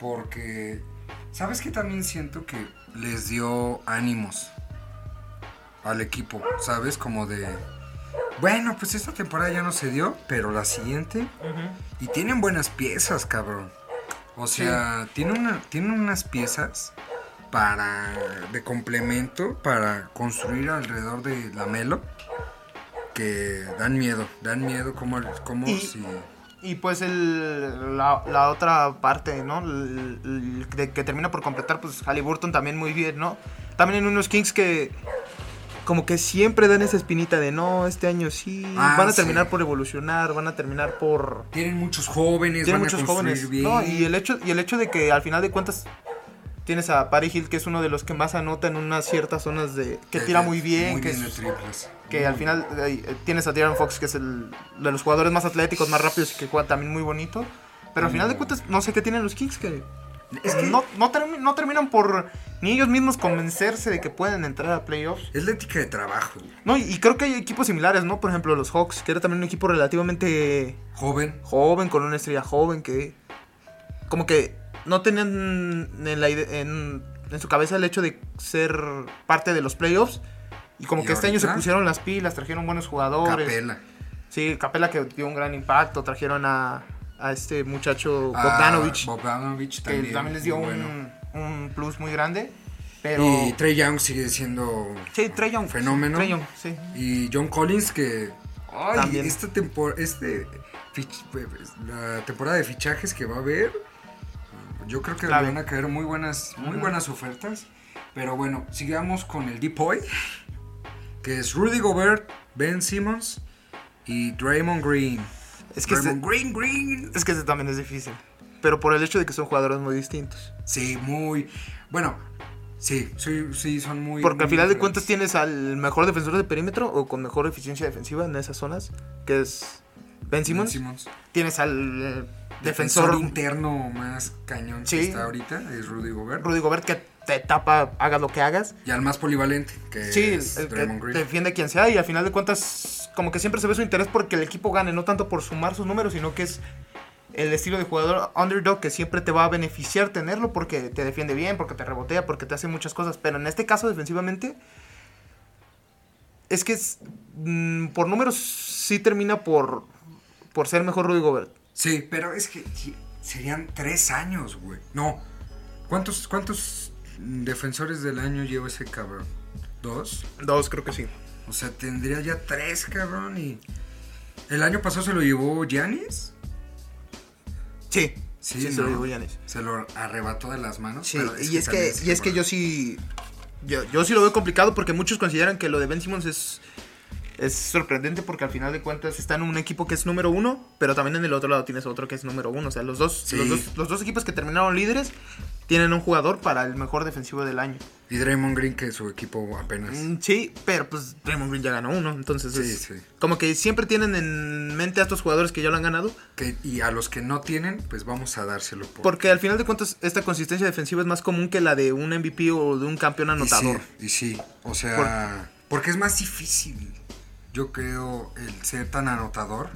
Porque, ¿sabes qué? También siento que les dio ánimos al equipo, ¿sabes? Como de, bueno, pues esta temporada ya no se dio, pero la siguiente. Y tienen buenas piezas, cabrón. O sea, tienen, una, tienen unas piezas para de complemento para construir alrededor de la Melo que dan miedo, dan miedo como como
Y-
si
Y pues el, la, la otra parte, ¿no? El- el de que termina por completar, pues Halliburton también muy bien, ¿no? También en unos Kings que como que siempre dan esa espinita de no, este año sí,
Ah,
van a
sí.
terminar por evolucionar, van a terminar por
Tienen muchos jóvenes,
tienen
van
muchos
a construir
jóvenes.
bien.
No, y el hecho y el hecho de que al final de cuentas tienes a Parry Hill que es uno de los que más anota en unas ciertas zonas de que
De-
tira
de-
muy bien, que
eh, de Mm.
es-
triples.
que al final eh, eh, tienes a Darren Fox, que es el de los jugadores más atléticos, más rápidos y que juega también muy bonito. Pero al final de cuentas, no sé qué tienen los Kings que.
Mm. Es que
no, no, termi- no terminan por ni ellos mismos convencerse de que pueden entrar a playoffs.
es la ética de trabajo. güey.
No, y, y creo que hay equipos similares, ¿no? Por ejemplo, los Hawks, que era también un equipo relativamente
Joven.
joven, con una estrella joven, que como que no tenían en, la ide- en- en su cabeza el hecho de ser parte de los playoffs. Y como
¿Y
que este año se
ahorita?
pusieron las pilas, trajeron buenos jugadores.
Capela.
Sí, Capela que dio un gran impacto, trajeron a, a este muchacho
Ah,
Bogdanovich,
Bogdanovich
que
también.
también les dio
muy
un,
bueno.
un plus muy grande. Pero...
Y Trey Young sigue siendo
sí, Trae Young.
fenómeno.
Trae Young, sí.
Y John Collins que... Ay,
También.
esta tempor- este fich- pues, la temporada de fichajes que va a haber, yo creo que
Clave.
van a caer muy buenas, muy buenas ofertas. Pero bueno, sigamos con el Deep Hoy, que es Rudy Gobert, Ben Simmons y Draymond Green.
Es que, este,
Draymond Green, Green.
es que este también es difícil. Pero por el hecho de que son jugadores muy distintos.
Sí, muy... Bueno, sí, sí, sí, son muy...
Porque al
muy
final de
diferentes.
cuentas tienes al mejor defensor de perímetro o con mejor eficiencia defensiva en esas zonas, que es Ben
Ben
Simmons.
Simmons.
Tienes al eh,
defensor,
defensor
interno más cañón
Sí.
que está ahorita es Rudy Gobert.
Rudy Gobert que te tapa, hagas lo que hagas.
Y al más polivalente, que
Sí, el-
es
el que
Draymond Green.
defiende a quien sea y al final de cuentas como que siempre se ve su interés porque el equipo gane, no tanto por sumar sus números, sino que es el estilo de jugador underdog que siempre te va a beneficiar tenerlo porque te defiende bien, porque te rebotea, porque te hace muchas cosas, pero en este caso defensivamente es que es, mm, por números sí termina por, por ser mejor Rudy Gobert.
Sí, pero es que sí, serían tres años, güey. No. ¿Cuántos, ¿Cuántos defensores del año lleva ese cabrón? ¿Dos?
Dos, creo que sí.
O sea, tendría ya tres, cabrón. Y el año pasado se lo llevó Giannis.
Sí, sí,
Sí,
se lo
¿no?
digo, Giannis.
Se lo arrebató de las manos.
Sí,
pero
y, es que,
también
y es que yo sí. Yo, yo sí lo veo complicado porque muchos consideran que lo de Ben Simmons es. Es sorprendente porque al final de cuentas está en un equipo que es número uno, pero también en el otro lado tienes otro que es número uno. O sea, los dos,
Sí.
los dos, los dos equipos que terminaron líderes tienen un jugador para el mejor defensivo del año.
Y Draymond Green, que su equipo apenas.
Mm, Sí, pero pues Raymond Green ya ganó uno, entonces
Sí,
es-
sí.
como que siempre tienen en mente a estos jugadores que ya lo han ganado,
Que, y a los que no tienen, pues vamos a dárselo por.
porque al final de cuentas esta consistencia defensiva es más común que la de un MVP o de un campeón
Y sí,
anotador.
Y sí, o sea, porque es más difícil, yo creo, el ser tan anotador.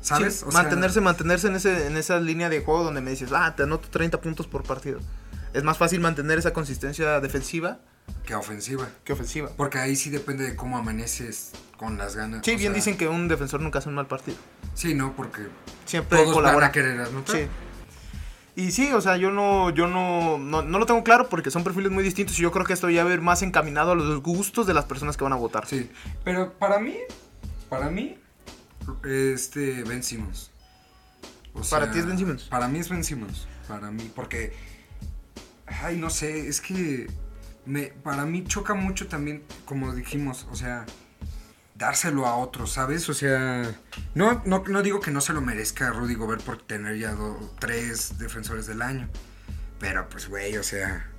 ¿Sabes?
Sí,
O sea,
mantenerse, mantenerse en, ese, en esa línea de juego donde me dices, ah, te anoto 30 puntos por partido. Es más fácil mantener esa consistencia defensiva
que ofensiva.
que ofensiva.
Porque ahí sí depende de cómo amaneces con las ganas.
Sí,
o
bien
sea,
dicen que un defensor nunca hace un mal partido.
Sí, no, porque
Siempre
todos van
colabora.
a querer anotar.
Sí. Y sí, o sea, yo no, yo no, no, no lo tengo claro porque son perfiles muy distintos y yo creo que esto ya va a ir más encaminado a los gustos de las personas que van a votar.
Sí, pero para mí, para mí, este, Ben Simmons. O
¿Para ti es Ben Simmons?
Para mí es Ben Simmons, para mí, porque, ay, no sé, es que me, para mí choca mucho también, como dijimos, o sea, dárselo a otro, ¿sabes? O sea, no, no, no digo que no se lo merezca Rudy Gobert por tener ya do- tres defensores del año, pero pues, güey, o sea,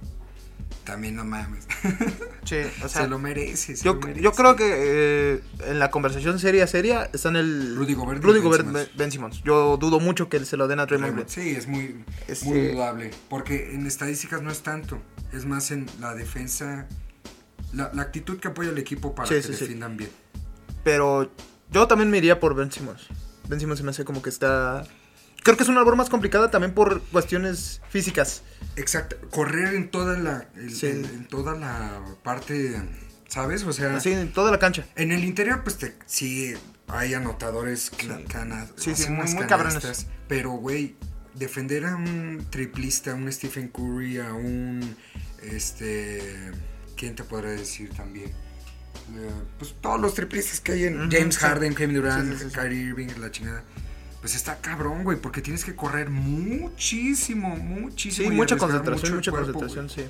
también no mames, (laughs)
Sí, o sea,
se lo merece, se
yo,
lo merece.
yo creo que eh, en la conversación seria, seria, están el
Rudy Gobert y
Rudy
Ben
Gobert,
Simmons.
Ben- Ben Simmons. Yo dudo mucho que se lo den a Draymond Green.
Sí, es muy,
Este-
muy dudable. Porque en estadísticas no es tanto. Es más en la defensa. La, la actitud que apoya el equipo para
Sí,
que
sí, sí.
defiendan bien.
Pero yo también me iría por Ben Simmons. Ben Simmons se me hace como que está... Creo que es una labor más complicada también por cuestiones físicas.
Exacto. Correr en toda la. el-
Sí.
en, en toda la parte. ¿Sabes? O sea.
Así, en toda la cancha.
En el interior, pues te- sí hay anotadores cla- cana-
Sí, sí,
hacen
muy-
unas
muy cabrones.
canastas, Pero, güey, defender a un triplista, a un Stephen Curry, a un. Este. ¿Quién te podrá decir también? Eh, pues todos los triplistas que hay en
Ujú,
James
sí.
Harden, Kevin Durant,
Sí, sí, sí, sí.
Kyrie Irving, la chingada. Pues está cabrón, güey, porque tienes que correr muchísimo, muchísimo.
Sí,
y
mucha
arriesgar
concentración,
mucho el
mucha
cuerpo, güey.
concentración,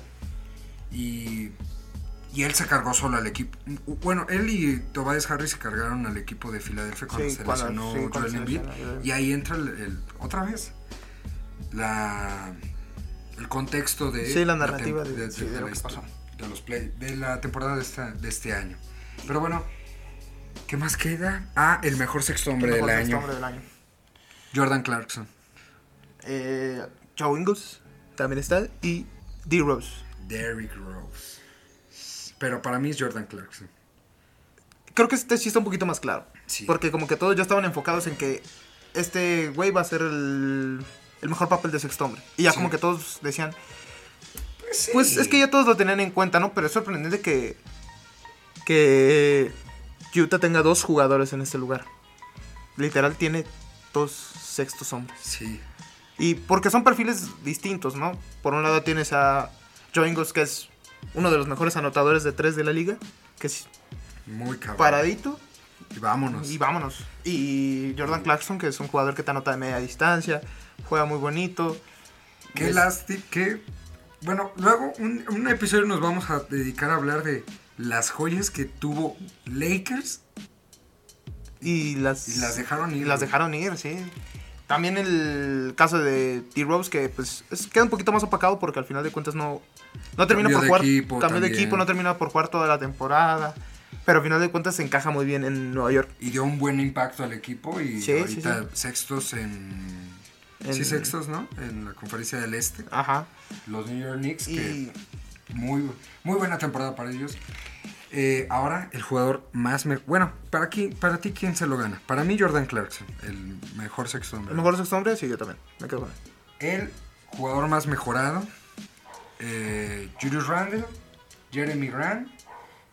sí.
Y Y él se cargó solo al equipo. Bueno, él y Tobias Harris se cargaron al equipo de Filadelfia cuando
Sí,
se
cuando-
lesionó
sí, cuando
Joel
se
Embiid.
lesionó, eh.
Y ahí entra el, el- otra vez la, el contexto de
Sí, la
tem-
narrativa de- sí, de lo que
esto-
pasó.
de los play- de la temporada de, esta- de este año. Pero bueno, ¿qué más queda? Ah, el mejor sexto hombre
Mejor
del
sexto
año,
hombre del año.
Jordan Clarkson.
Eh, Joe Ingles también está. Y D. Rose.
Derrick Rose. Pero para mí es Jordan Clarkson.
Creo que este sí está un poquito más claro.
Sí.
Porque como que todos ya estaban enfocados en que este güey va a ser el, el mejor papel de sexto hombre. Y ya
Sí.
como que todos decían,
Pues,
Pues es que ya todos lo tenían en cuenta, ¿no? Pero es sorprendente que. Que. Utah tenga dos jugadores en este lugar. Literal tiene dos sextos hombres.
Sí,
Y porque son perfiles distintos, ¿no? Por un lado tienes a Joe Ingles, que es uno de los mejores anotadores de tres de la liga. Que es
muy cabrón.
paradito.
Y vámonos.
Y vámonos. Y Jordan Clarkson, que es un jugador que te anota de media distancia. Juega muy bonito.
Qué
Es-
lástima, qué... Bueno, luego un, un episodio nos vamos a dedicar a hablar de las joyas que tuvo Lakers.
Y las,
Y las dejaron ir,
Y las
güey.
dejaron ir, sí. También el caso de T-Rose, que pues es- queda un poquito más opacado porque al final de cuentas no, no termina
Cambió
por
de
jugar.
equipo
cambió de
también.
equipo, no termina por jugar toda la temporada. Pero al final de cuentas se encaja muy bien en Nueva York.
Y dio un buen impacto al equipo y
Sí, sí,
ahorita sextos en... Sí,
En-
sextos, ¿no? En la conferencia del Este.
Ajá.
Los New York Knicks,
Y
que muy, muy buena temporada para ellos. Eh, ahora, el jugador más... me- Bueno, para, aquí, para ti, ¿quién se lo gana? Para mí, Jordan Clarkson, el mejor sexto hombre.
el mejor sexto hombre, sí, yo también. Me quedo con él.
El jugador más mejorado, eh, Julius Randle, Jeremy Grant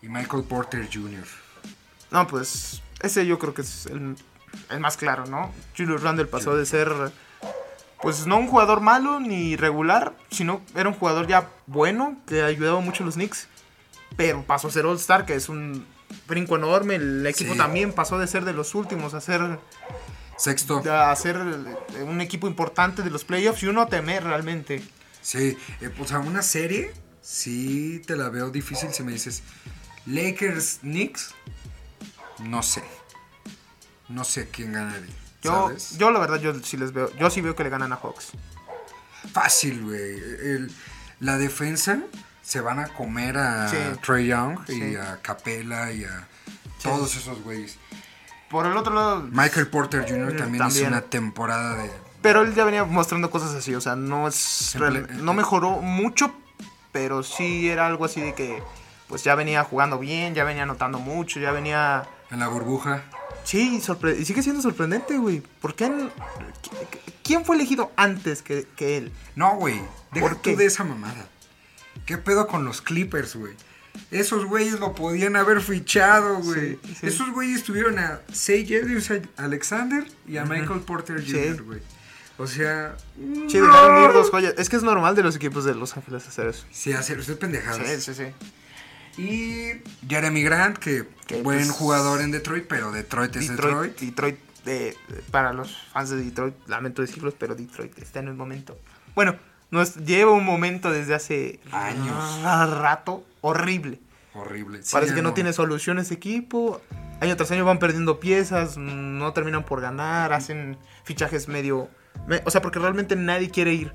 y Michael Porter Jr.
No, pues ese yo creo que es el, el más claro, ¿no? Julius Randle pasó de ser, pues no un jugador malo ni regular, sino era un jugador ya bueno que ayudaba mucho a los Knicks, pero pasó a ser All Star, que es un brinco enorme. El equipo
Sí.
también pasó de ser de los últimos a ser,
Sexto,
a ser eh, un equipo importante de los playoffs y uno a temer realmente.
sí, eh, o sea, una serie, sí te la veo difícil si me dices Lakers, Knicks, no sé, no sé quién ganaría.
Yo,
¿sabes?
yo la verdad yo sí les veo, yo sí veo que le ganan a Hawks.
Fácil, güey. El- La defensa se van a comer a
Sí.
Trey Young
Sí.
y a Capela y a todos esos güeyes.
Por el otro lado,
Michael Porter Jr. también, hizo
También.
una temporada de.
Pero él ya venía mostrando cosas así, o sea, no es
En
real-
ple-
no mejoró mucho, pero sí era algo así de que pues ya venía jugando bien, ya venía anotando mucho, ya venía
En la burbuja.
Sí, sorpre- y sigue siendo sorprendente, güey. ¿Por qué n- qui- qui- quién fue elegido antes que, que él?
No, güey. Deja
¿Por
tú
qué?
de esa mamada. ¿Qué pedo con los Clippers, güey? Esos güeyes lo podían haber fichado, güey.
Sí, sí.
Esos güeyes tuvieron a Say Alexander y a Michael Porter
Sí.
Jr., güey. O sea. mm,
Sí, dejaron ir dos joyas. Es que es normal de los equipos de Los Ángeles hacer eso.
Sí, hacer usted pendejadas.
Sí, sí, sí.
Y Jeremy Grant, que
Que,
buen
pues,
jugador en Detroit, pero Detroit es
Detroit,
Detroit.
Detroit, eh, para los fans de Detroit, lamento decirlos, pero Detroit está en el momento. Bueno, nos lleva un momento desde hace
Años.
ra- rato horrible.
Horrible. Sí,
Parece
ya
que no tiene solución ese equipo. Año tras año van perdiendo piezas, mm, no terminan por ganar, hacen fichajes medio... me- o sea, porque realmente nadie quiere ir.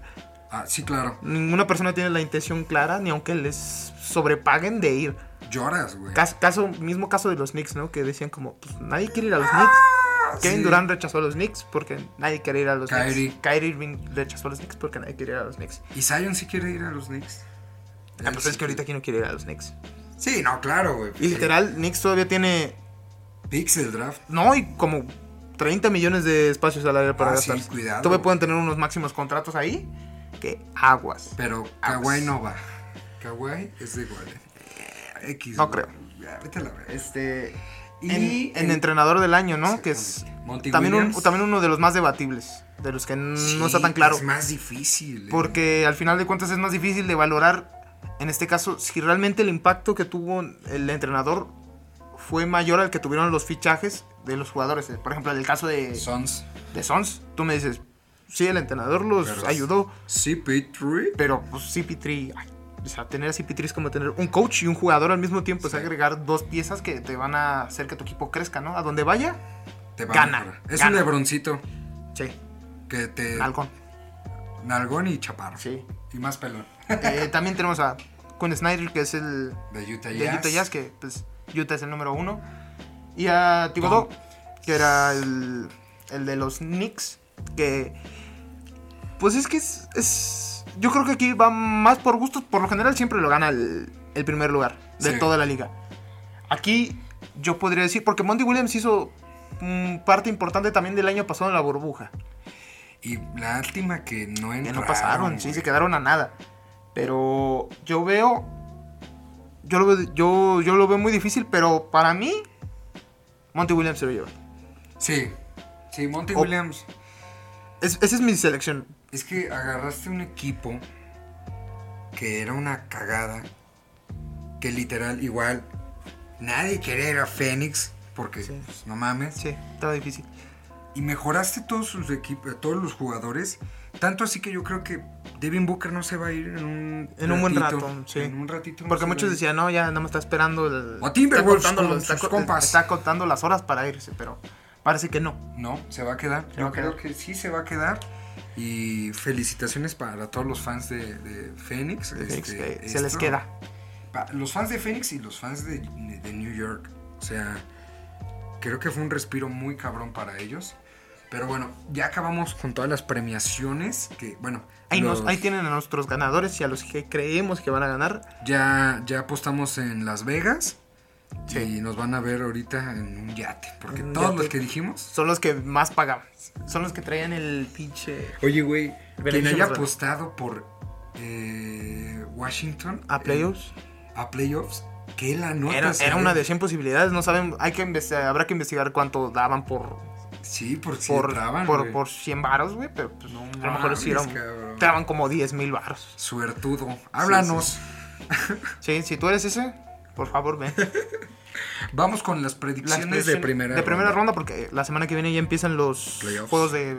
Ah, sí, claro.
Ninguna persona tiene la intención clara, ni aunque les sobrepaguen de ir.
Lloras, güey.
Cas- Caso, mismo caso de los Knicks, ¿no? Que decían como, pues nadie quiere ir
¡Ah!
a los Knicks. Kevin
Sí.
Durant rechazó a los Knicks porque nadie quiere ir a los
Kyrie.
Knicks. Kyrie Irving rechazó a los Knicks porque nadie quiere ir a los Knicks.
Y Zion sí quiere ir a los Knicks.
Ah,
Él
pues
sí
es que ahorita
quiere.
quién no quiere ir a los Knicks.
Sí, no, claro, güey.
Y literal, Knicks todavía tiene,
Pixel Draft.
no, y como 30 millones de espacios salarial para
Ah, sí,
gastar.
cuidado.
Todavía pueden tener unos máximos contratos ahí que aguas.
Pero
Ah,
Kawhi
pues.
no va. Kawhi es de igual. eh. X.
Eh, No
güey.
creo.
Ya, vete a la verga.
Este...
Y
en, en
el-
entrenador del año, ¿no? Que es
Monty
también, un-
Williams.
también uno de los más debatibles, de los que n-
Sí,
no está tan claro.
Es más difícil. eh.
Porque al final de cuentas es más difícil de valorar, en este caso, si realmente el impacto que tuvo el entrenador fue mayor al que tuvieron los fichajes de los jugadores. Por ejemplo, en el caso de,
Sons.
de Sons, tú me dices, sí, el entrenador los
Pero-
ayudó,
CP3.
pero pues CP3, ay, O sea, tener así Pitri es como tener un coach y un jugador al mismo tiempo.
Sí.
Es agregar dos piezas que te van a hacer que tu equipo crezca, ¿no? A donde vaya.
Te va
Gana,
a mejorar. Es
gana.
un lebroncito
Sí.
que te.
Alcón.
Nalgón y chaparro.
Sí.
Y más pelón.
Eh, también tenemos a Kun Snyder, que es el
De Utah
de
Jazz.
Utah Jazz, que pues Utah es el número uno. Y a Thibodeau, que era el, el de los Knicks, que pues es que es, es- Yo creo que aquí va más por gustos, por lo general siempre lo gana el, el primer lugar de
Sí.
toda la liga. Aquí yo podría decir, porque Monty Williams hizo mm, parte importante también del año pasado en la burbuja.
Y lástima que no entraron.
Que no pasaron, sí,
güey.
se quedaron a nada. Pero yo veo. Yo lo veo, yo, yo lo veo muy difícil, pero para mí. Monty Williams se lo lleva.
Sí. Sí, Monty
O-
Williams.
Es- esa es mi selección.
Es que agarraste un equipo que era una cagada. Que literal, igual, nadie quería ir a Phoenix. Porque,
Sí.
pues, no mames.
Sí, estaba difícil.
Y mejoraste todos sus equipos, todos los jugadores. Tanto así que yo creo que Devin Booker no se va a ir en un
En un buen rato, sí.
En un ratito. no
Porque
se va
muchos
a ir.
decían, no, ya nada más está esperando. el-
O Timberwolves
está contando,
con
los- está,
sus
co-
compas.
está contando las horas para irse, pero parece que no.
No, se va a quedar.
Se
Yo
va a
creo
quedar.
que sí se va a quedar. Y felicitaciones para todos los fans de, de Phoenix.
De Phoenix,
Este,
que se
esto-
les queda.
pa- Los fans de Phoenix y los fans de, de New York. O sea, creo que fue un respiro muy cabrón para ellos. Pero bueno, ya acabamos con todas las premiaciones. Que bueno,
Ahí, nos-
los-
ahí tienen a nuestros ganadores y a los que creemos que van a ganar.
ya, ya apostamos en Las Vegas.
Sí.
Y nos van a ver ahorita en un yate. Porque
En un
todos los
yate.
que dijimos
Son los que más pagaban. Son los que traían el pinche.
Oye, güey, quien
Beneficio
haya
para-
apostado por eh, Washington
A playoffs.
eh, a playoffs, que la nota
Era,
se
era
ve.
una de 100 posibilidades, no saben, hay que investigar, habrá que investigar cuánto daban por
Sí, por si
por,
entraban,
por,
güey.
por 100 varos, güey, pero pues no, a lo mejor
mames,
sí era un-
cabrón.
te daban como 10 mil varos.
Suertudo. Háblanos.
Sí, si tú eres ese, por favor,
(laughs)
ven.
Vamos con las
Las
predicciones de
predicciones-
primera
de primera ronda. porque la semana que viene ya empiezan los
Playoffs.
juegos de,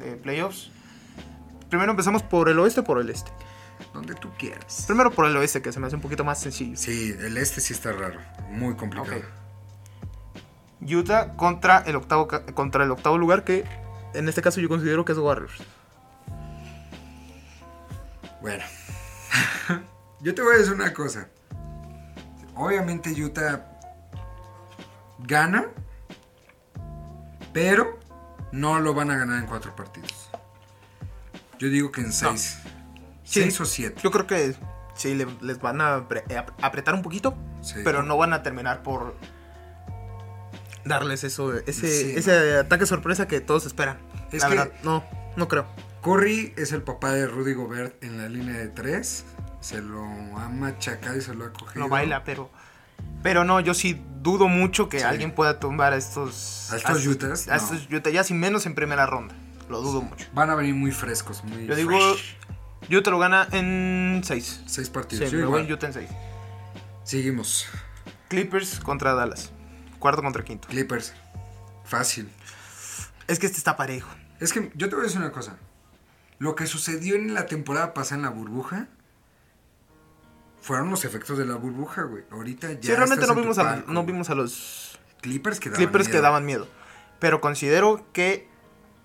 de playoffs. Primero empezamos por el oeste o por el este.
Donde tú quieras.
Primero por el oeste, que se me hace un poquito más sencillo.
Sí, el este sí está raro. Muy complicado.
Ok. Utah contra el octavo ca- contra el octavo lugar que en este caso yo considero que es Warriors.
Bueno. (laughs) Yo te voy a decir una cosa. Obviamente Utah gana, pero no lo van a ganar en cuatro partidos. Yo digo que en seis.
Sí.
Seis o siete.
Yo creo que sí, le- les van a apre- eh, ap- apretar un poquito,
Sí.
pero no van a terminar por darles eso, ese,
Sí, no.
ese ataque sorpresa que todos esperan.
Es
la
que-
verdad, no, no creo.
Curry es el papá de Rudy Gobert en la línea de tres. Se lo ha machacado y se lo ha cogido.
No baila, pero. Pero no, yo sí dudo mucho que
Sí.
alguien pueda tumbar a estos.
¿A estos Utahs?
A
No.
estos Utah Jazz y menos en primera ronda. Lo dudo mucho.
Van a venir muy frescos, muy
Yo digo,
fresh.
Utah lo gana en 6.
seis
Sí,
partidos. Yo
me voy
igual.
en Utah en 6.
Seguimos.
Clippers contra Dallas. Cuarto contra quinto.
Clippers. Fácil.
Es que este está parejo.
Es que yo te voy a decir una cosa. Lo que sucedió en la temporada pasada en la burbuja fueron los efectos de la burbuja, güey. Ahorita ya.
sí, realmente
estás
no
en tu
vimos, a,
palco.
no vimos a los
Clippers que daban.
Clippers que
miedo.
daban miedo. Pero considero que.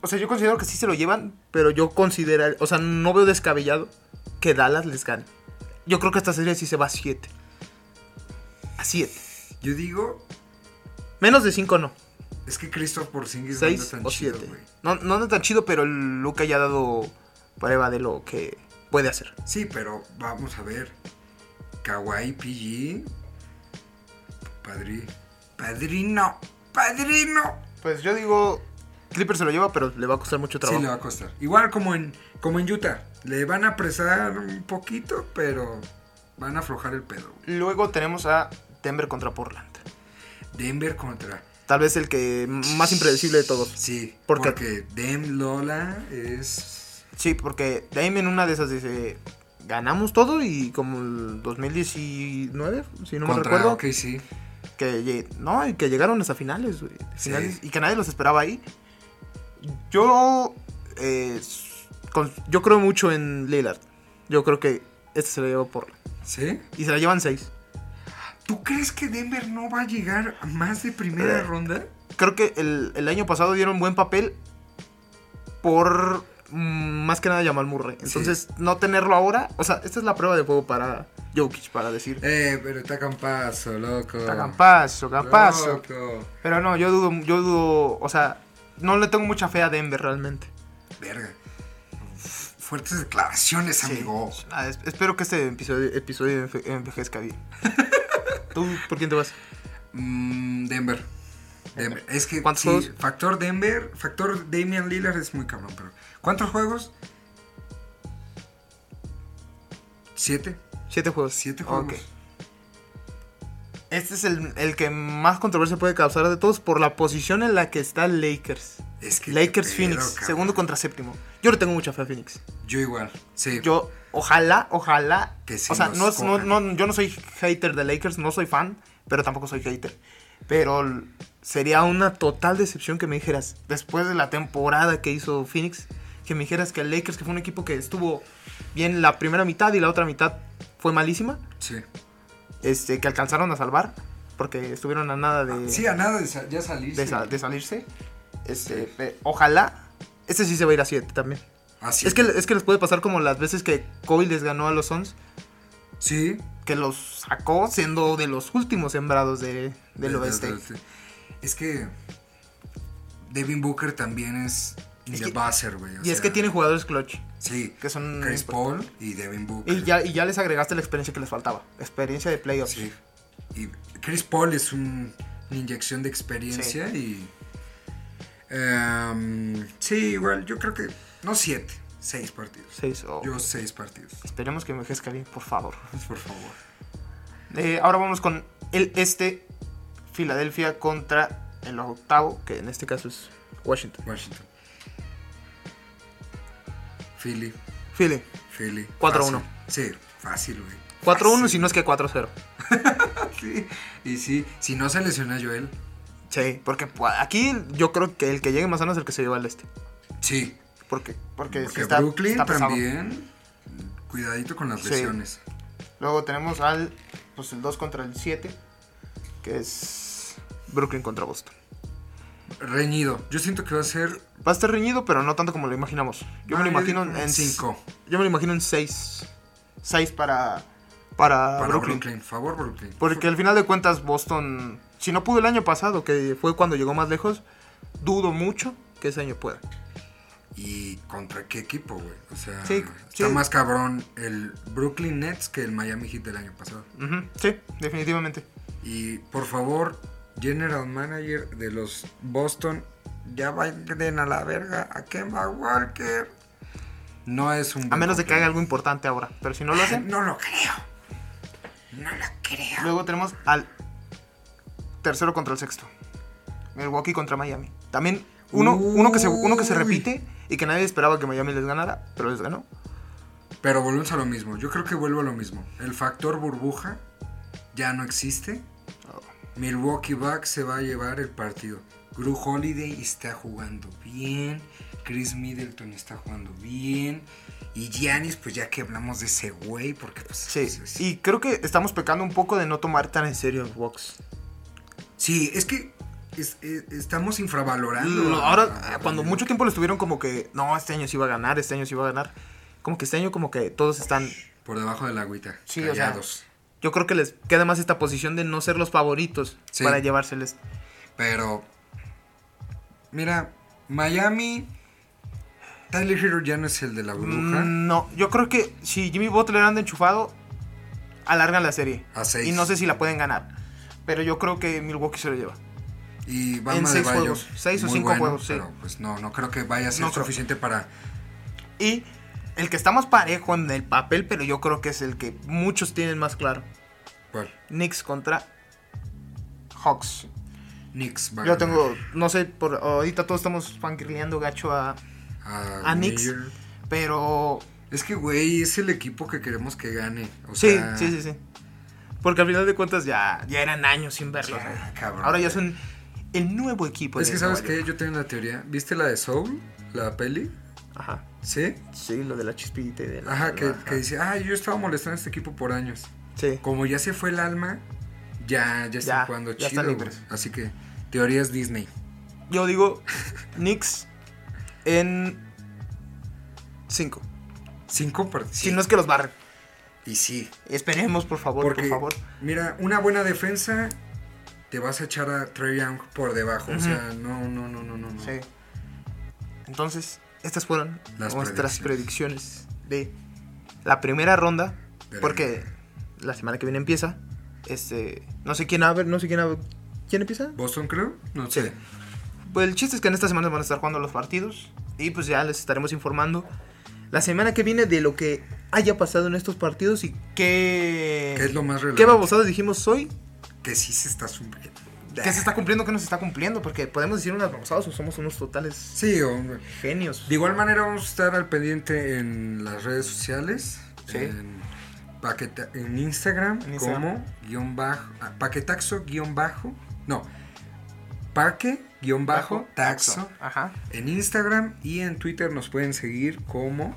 O sea, yo considero que sí se lo llevan, pero yo considero. O sea, no veo descabellado que Dallas les gane. Yo creo que esta serie sí se va a 7. A 7.
Yo digo,
Menos de 5 no.
es que Christoph Porzingis no anda
6
tan
o
chido,
7.
güey.
No, no anda tan chido, pero el Luca ya ha dado prueba de lo que puede hacer.
Sí, pero vamos a ver. Kawaii PG. Padri. Padrino. Padrino.
Pues yo digo. Clippers se lo lleva, pero le va a costar mucho trabajo.
Sí, le va a costar. Igual como en, como en Utah. Le van a apresar un poquito, pero van a aflojar el pedo, güey.
Luego tenemos a Denver contra Portland.
Denver contra.
Tal vez el que más impredecible de todos.
Sí,
¿Por qué?
porque Dem Lola es.
Sí, porque Dame en una de esas dice, ganamos todo y como el 2019, si no me
contra
recuerdo,
OKC.
que, lle- no, y que llegaron hasta finales, güey,
Sí.
finales, y que nadie los esperaba ahí. Yo, eh, con- yo creo mucho en Lillard. Yo creo que este se lo lleva por...
¿Sí?
Y se la llevan 6.
¿Tú crees que Denver no va a llegar a más de primera
Eh.
ronda?
Creo que el, el año pasado dieron buen papel por mm, más que nada Jamal Murray. Entonces, no tenerlo ahora, o sea, esta es la prueba de juego para Jokic, para decir.
Eh, pero está campazo, loco.
Está Campazo,
eh,
Campazo.
Loco.
Pero no, yo dudo, yo dudo, o sea, no le tengo mucha fe a Denver realmente.
Verga. F- Fuertes declaraciones,
Sí.
amigo.
Ah, es- espero que este episodio, episodio enfe-
(laughs)
envejezca bien. ¿Tú por quién te vas?
Mm, Denver. Denver. Es que
¿Cuántos
sí,
juegos?
factor Denver, factor Damian Lillard es muy cabrón, pero ¿cuántos juegos? Siete.
Siete juegos.
Siete
Ok.
juegos.
Este es el, el que más controversia puede causar de todos por la posición en la que está Lakers.
Es que
Lakers
qué pedo,
Phoenix,
cabrón.
segundo contra séptimo. Yo le tengo mucha fe a Phoenix.
Yo igual. Sí.
Yo, ojalá, ojalá.
Que sí
o sea,
nos
no, es- no-
cojan.
no- yo no soy hater de Lakers, no soy fan, pero tampoco soy hater. Pero l- sería una total decepción que me dijeras, después de la temporada que hizo Phoenix, que me dijeras que el Lakers, que fue un equipo que estuvo bien la primera mitad y la otra mitad fue malísima,
Sí.
este, que alcanzaron a salvar, porque estuvieron a nada de,
Sí, a nada de sa- ya salirse.
Mm. de sa- de salirse. Este, pe- ojalá. Este sí se va a ir a 7 también.
Así
Es que, es que les puede pasar como las veces que Kobe les ganó a los Suns,
Sí.
que los sacó siendo de los últimos sembrados de, del oeste.
Es que Devin Booker también es in
Es
the
que-
buzzer, güey. o
Y es
sea,
que tiene jugadores clutch.
Sí.
que son- pues
Chris Paul y Devin Booker.
Y ya, y ya les agregaste la experiencia que les faltaba. Experiencia de playoffs.
Sí. Y Chris Paul es un- una inyección de experiencia y. em, sí, igual, yo creo que. No siete, seis partidos.
Seis, oh.
Yo seis partidos, (laughs)
Esperemos que envejezca bien, por favor.
por favor.
Eh, ahora vamos con el este. Filadelfia contra el octavo, que en este caso es Washington.
Washington. Philly,
Philly.
Philly.
4-1.
fácil. Sí, fácil, güey.
4-1,
Fácil.
si no es que 4-0.
Sí, (laughs) y sí, si no se lesiona Joel,
Sí, porque pues, aquí yo creo que el que llegue más sano es el que se lleva al este.
sí.
Porque, porque, sí
Porque
está-
Brooklyn
está pesado.
también. Cuidadito con las
Sí.
lesiones.
Luego tenemos al pues el 2 contra el 7, que es Brooklyn contra Boston.
Reñido. Yo siento que va a ser.
Va a estar reñido, pero no tanto como lo imaginamos. Yo me lo
Ah,
imagino
digo
en
5.
Yo me lo imagino en 6. 6 para para,
Para
Ah, Brooklyn.
Brooklyn. Favor, Brooklyn.
Porque al final de cuentas Boston, si no pudo el año pasado, que fue cuando llegó más lejos, dudo mucho que ese año pueda.
¿Y contra qué equipo, güey? O sea,
Sí,
está
sí.
más cabrón el Brooklyn Nets que el Miami Heat del año pasado.
Ujú, Sí, definitivamente.
Y por favor, General Manager de los Boston, ya vayan a la verga a Kemba Walker. No es un.
A
buen
menos de que haga
complemento.
algo importante ahora, pero si no lo hacen,
No lo creo. No lo creo.
Luego tenemos al tercero contra el sexto. Milwaukee contra Miami. También uno, uno, que se, uno que se
Uy.
repite y que nadie esperaba que Miami les ganara, pero les ganó.
Pero volvemos a lo mismo. Yo creo que vuelvo a lo mismo. El factor burbuja ya no existe.
Oh.
Milwaukee Bucks se va a llevar el partido. Gru Holiday está jugando bien. Chris Middleton está jugando bien. Y Giannis, pues ya que hablamos de ese güey, porque pues.
Sí.
pues, es-
Y creo que estamos pecando un poco de no tomar tan en serio el box.
Sí, es que es- es- estamos infravalorando. a- a-
Ahora,
a
cuando mucho tiempo lo estuvieron como que, no, este año sí iba a ganar, este año sí iba a ganar. Como que este año como que todos están...
Por debajo de la agüita.
Sí, o sea,
callados.
Yo creo que les queda más esta posición de no ser los favoritos
Sí.
para llevárseles.
Pero. Mira, Miami. Tyler Hero ya no es el de la burbuja.
Mm, No, yo creo que si Jimmy Butler anda enchufado, alargan la serie.
A seis.
Y no sé si la pueden ganar. Pero yo creo que Milwaukee se lo lleva.
y Bama
en
de
seis
Bayo,
juegos, seis o
muy
cinco
bueno,
juegos, sí.
Pero pues no, no creo que vaya a ser
No creo.
suficiente para.
Y el que está más parejo en el papel, pero yo creo que es el que muchos tienen más claro.
Bueno,
Knicks contra Hawks.
Knicks va a
Yo
ganar
tengo, no sé, por ahorita todos estamos panquirleando gacho a...
A,
a Knicks.
New York.
Pero
Es que, güey, es el equipo que queremos que gane. O
Sí,
sea,
sí, sí, sí. Porque al final de cuentas ya, ya eran años sin verlos.
Ya,
¿no?
cabrón.
Ahora ya son el nuevo equipo.
Es
de
que, ¿sabes
Nueva
qué? Yo tengo una teoría. ¿Viste la de Soul? La peli.
York. Ajá.
¿Sí?
Sí, lo de la chispita y de la.
Ajá, que,
ajá.
que dice, ah, yo estaba molestando a este equipo por años.
Sí.
Como ya se fue el alma, ya, ya están
Ya,
jugando
ya están
chido. güey.
libres.
Así que, teorías Disney.
Yo digo Knicks en 5.
Cinco partidos.
Si no es que los barren.
Y sí.
Esperemos, por favor,
Porque,
por favor.
mira, una buena defensa te vas a echar a Trey Young por debajo. O sea, no, no, no, no, no. no.
Sí. Entonces, estas fueron
Las
nuestras predicciones. de la primera ronda.
De la
porque la semana que viene empieza. Este. No sé quién abre, no sé quién abre. ¿Quién empieza?
¿Boston creo? No
Sí.
sé.
Pues el chiste es que en esta semana van a estar jugando los partidos. Y pues ya les estaremos informando la semana que viene de lo que haya pasado en estos partidos y qué.
¿Qué es lo más relevante?
¿Qué babosadas dijimos hoy?
Que sí se está subiendo.
¿Qué se está cumpliendo? ¿Qué no se está cumpliendo? Porque podemos decir unas babosadas o somos unos totales
Sí, hombre.
genios.
De igual manera vamos a estar al pendiente en las redes sociales.
Sí.
En, paqueta, en Instagram,
En Instagram.
como guión bajo, ah, paquetaxo guión bajo, no, paque guión bajo, taxo.
Ajá.
En Instagram y en Twitter nos pueden seguir como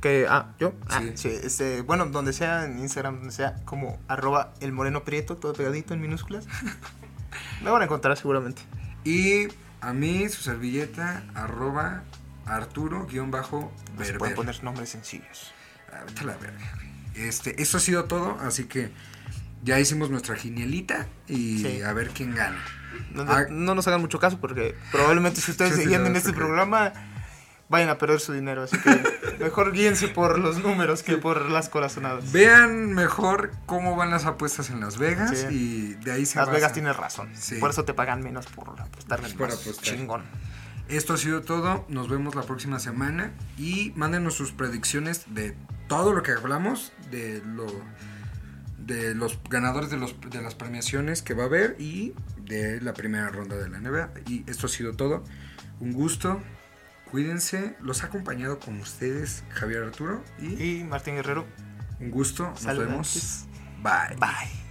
Que, ah, yo. Ah,
Sí.
sí. este, bueno, donde sea, en Instagram, donde sea, como arroba el moreno prieto, todo pegadito
(laughs)
en minúsculas. Me van a encontrar seguramente.
y a mí su servilleta arroba arturo guión bajo
No Pues, Se
Berber.
pueden poner nombres sencillos.
Ah, vete a la verga, güey. Este, eso ha sido todo, así que ya hicimos nuestra genialita y
Sí.
a ver quién gana.
No,
Ah.
no nos hagan mucho caso porque probablemente si
(laughs)
ustedes
Sí, sí,
seguían
no,
en
sí,
este
sí.
programa vayan a perder su dinero. Así
(laughs)
que mejor guíense por los números que por las corazonadas.
Vean mejor cómo van las apuestas en Las Vegas
Sí.
y de ahí se
Las
basan.
Vegas tiene razón.
Sí.
Por eso te pagan menos por apostarle
Por
más
apostar.
chingón.
Esto ha sido todo, nos vemos la próxima semana y mándenos sus predicciones de todo lo que hablamos, de lo de los ganadores de, los, de las premiaciones que va a haber y de la primera ronda de la NBA. Y esto ha sido todo. Un gusto. Cuídense. Los ha acompañado con ustedes Javier Arturo y
Y Martín Guerrero,
un gusto. Nos
saludos.
vemos. Bye.
Bye.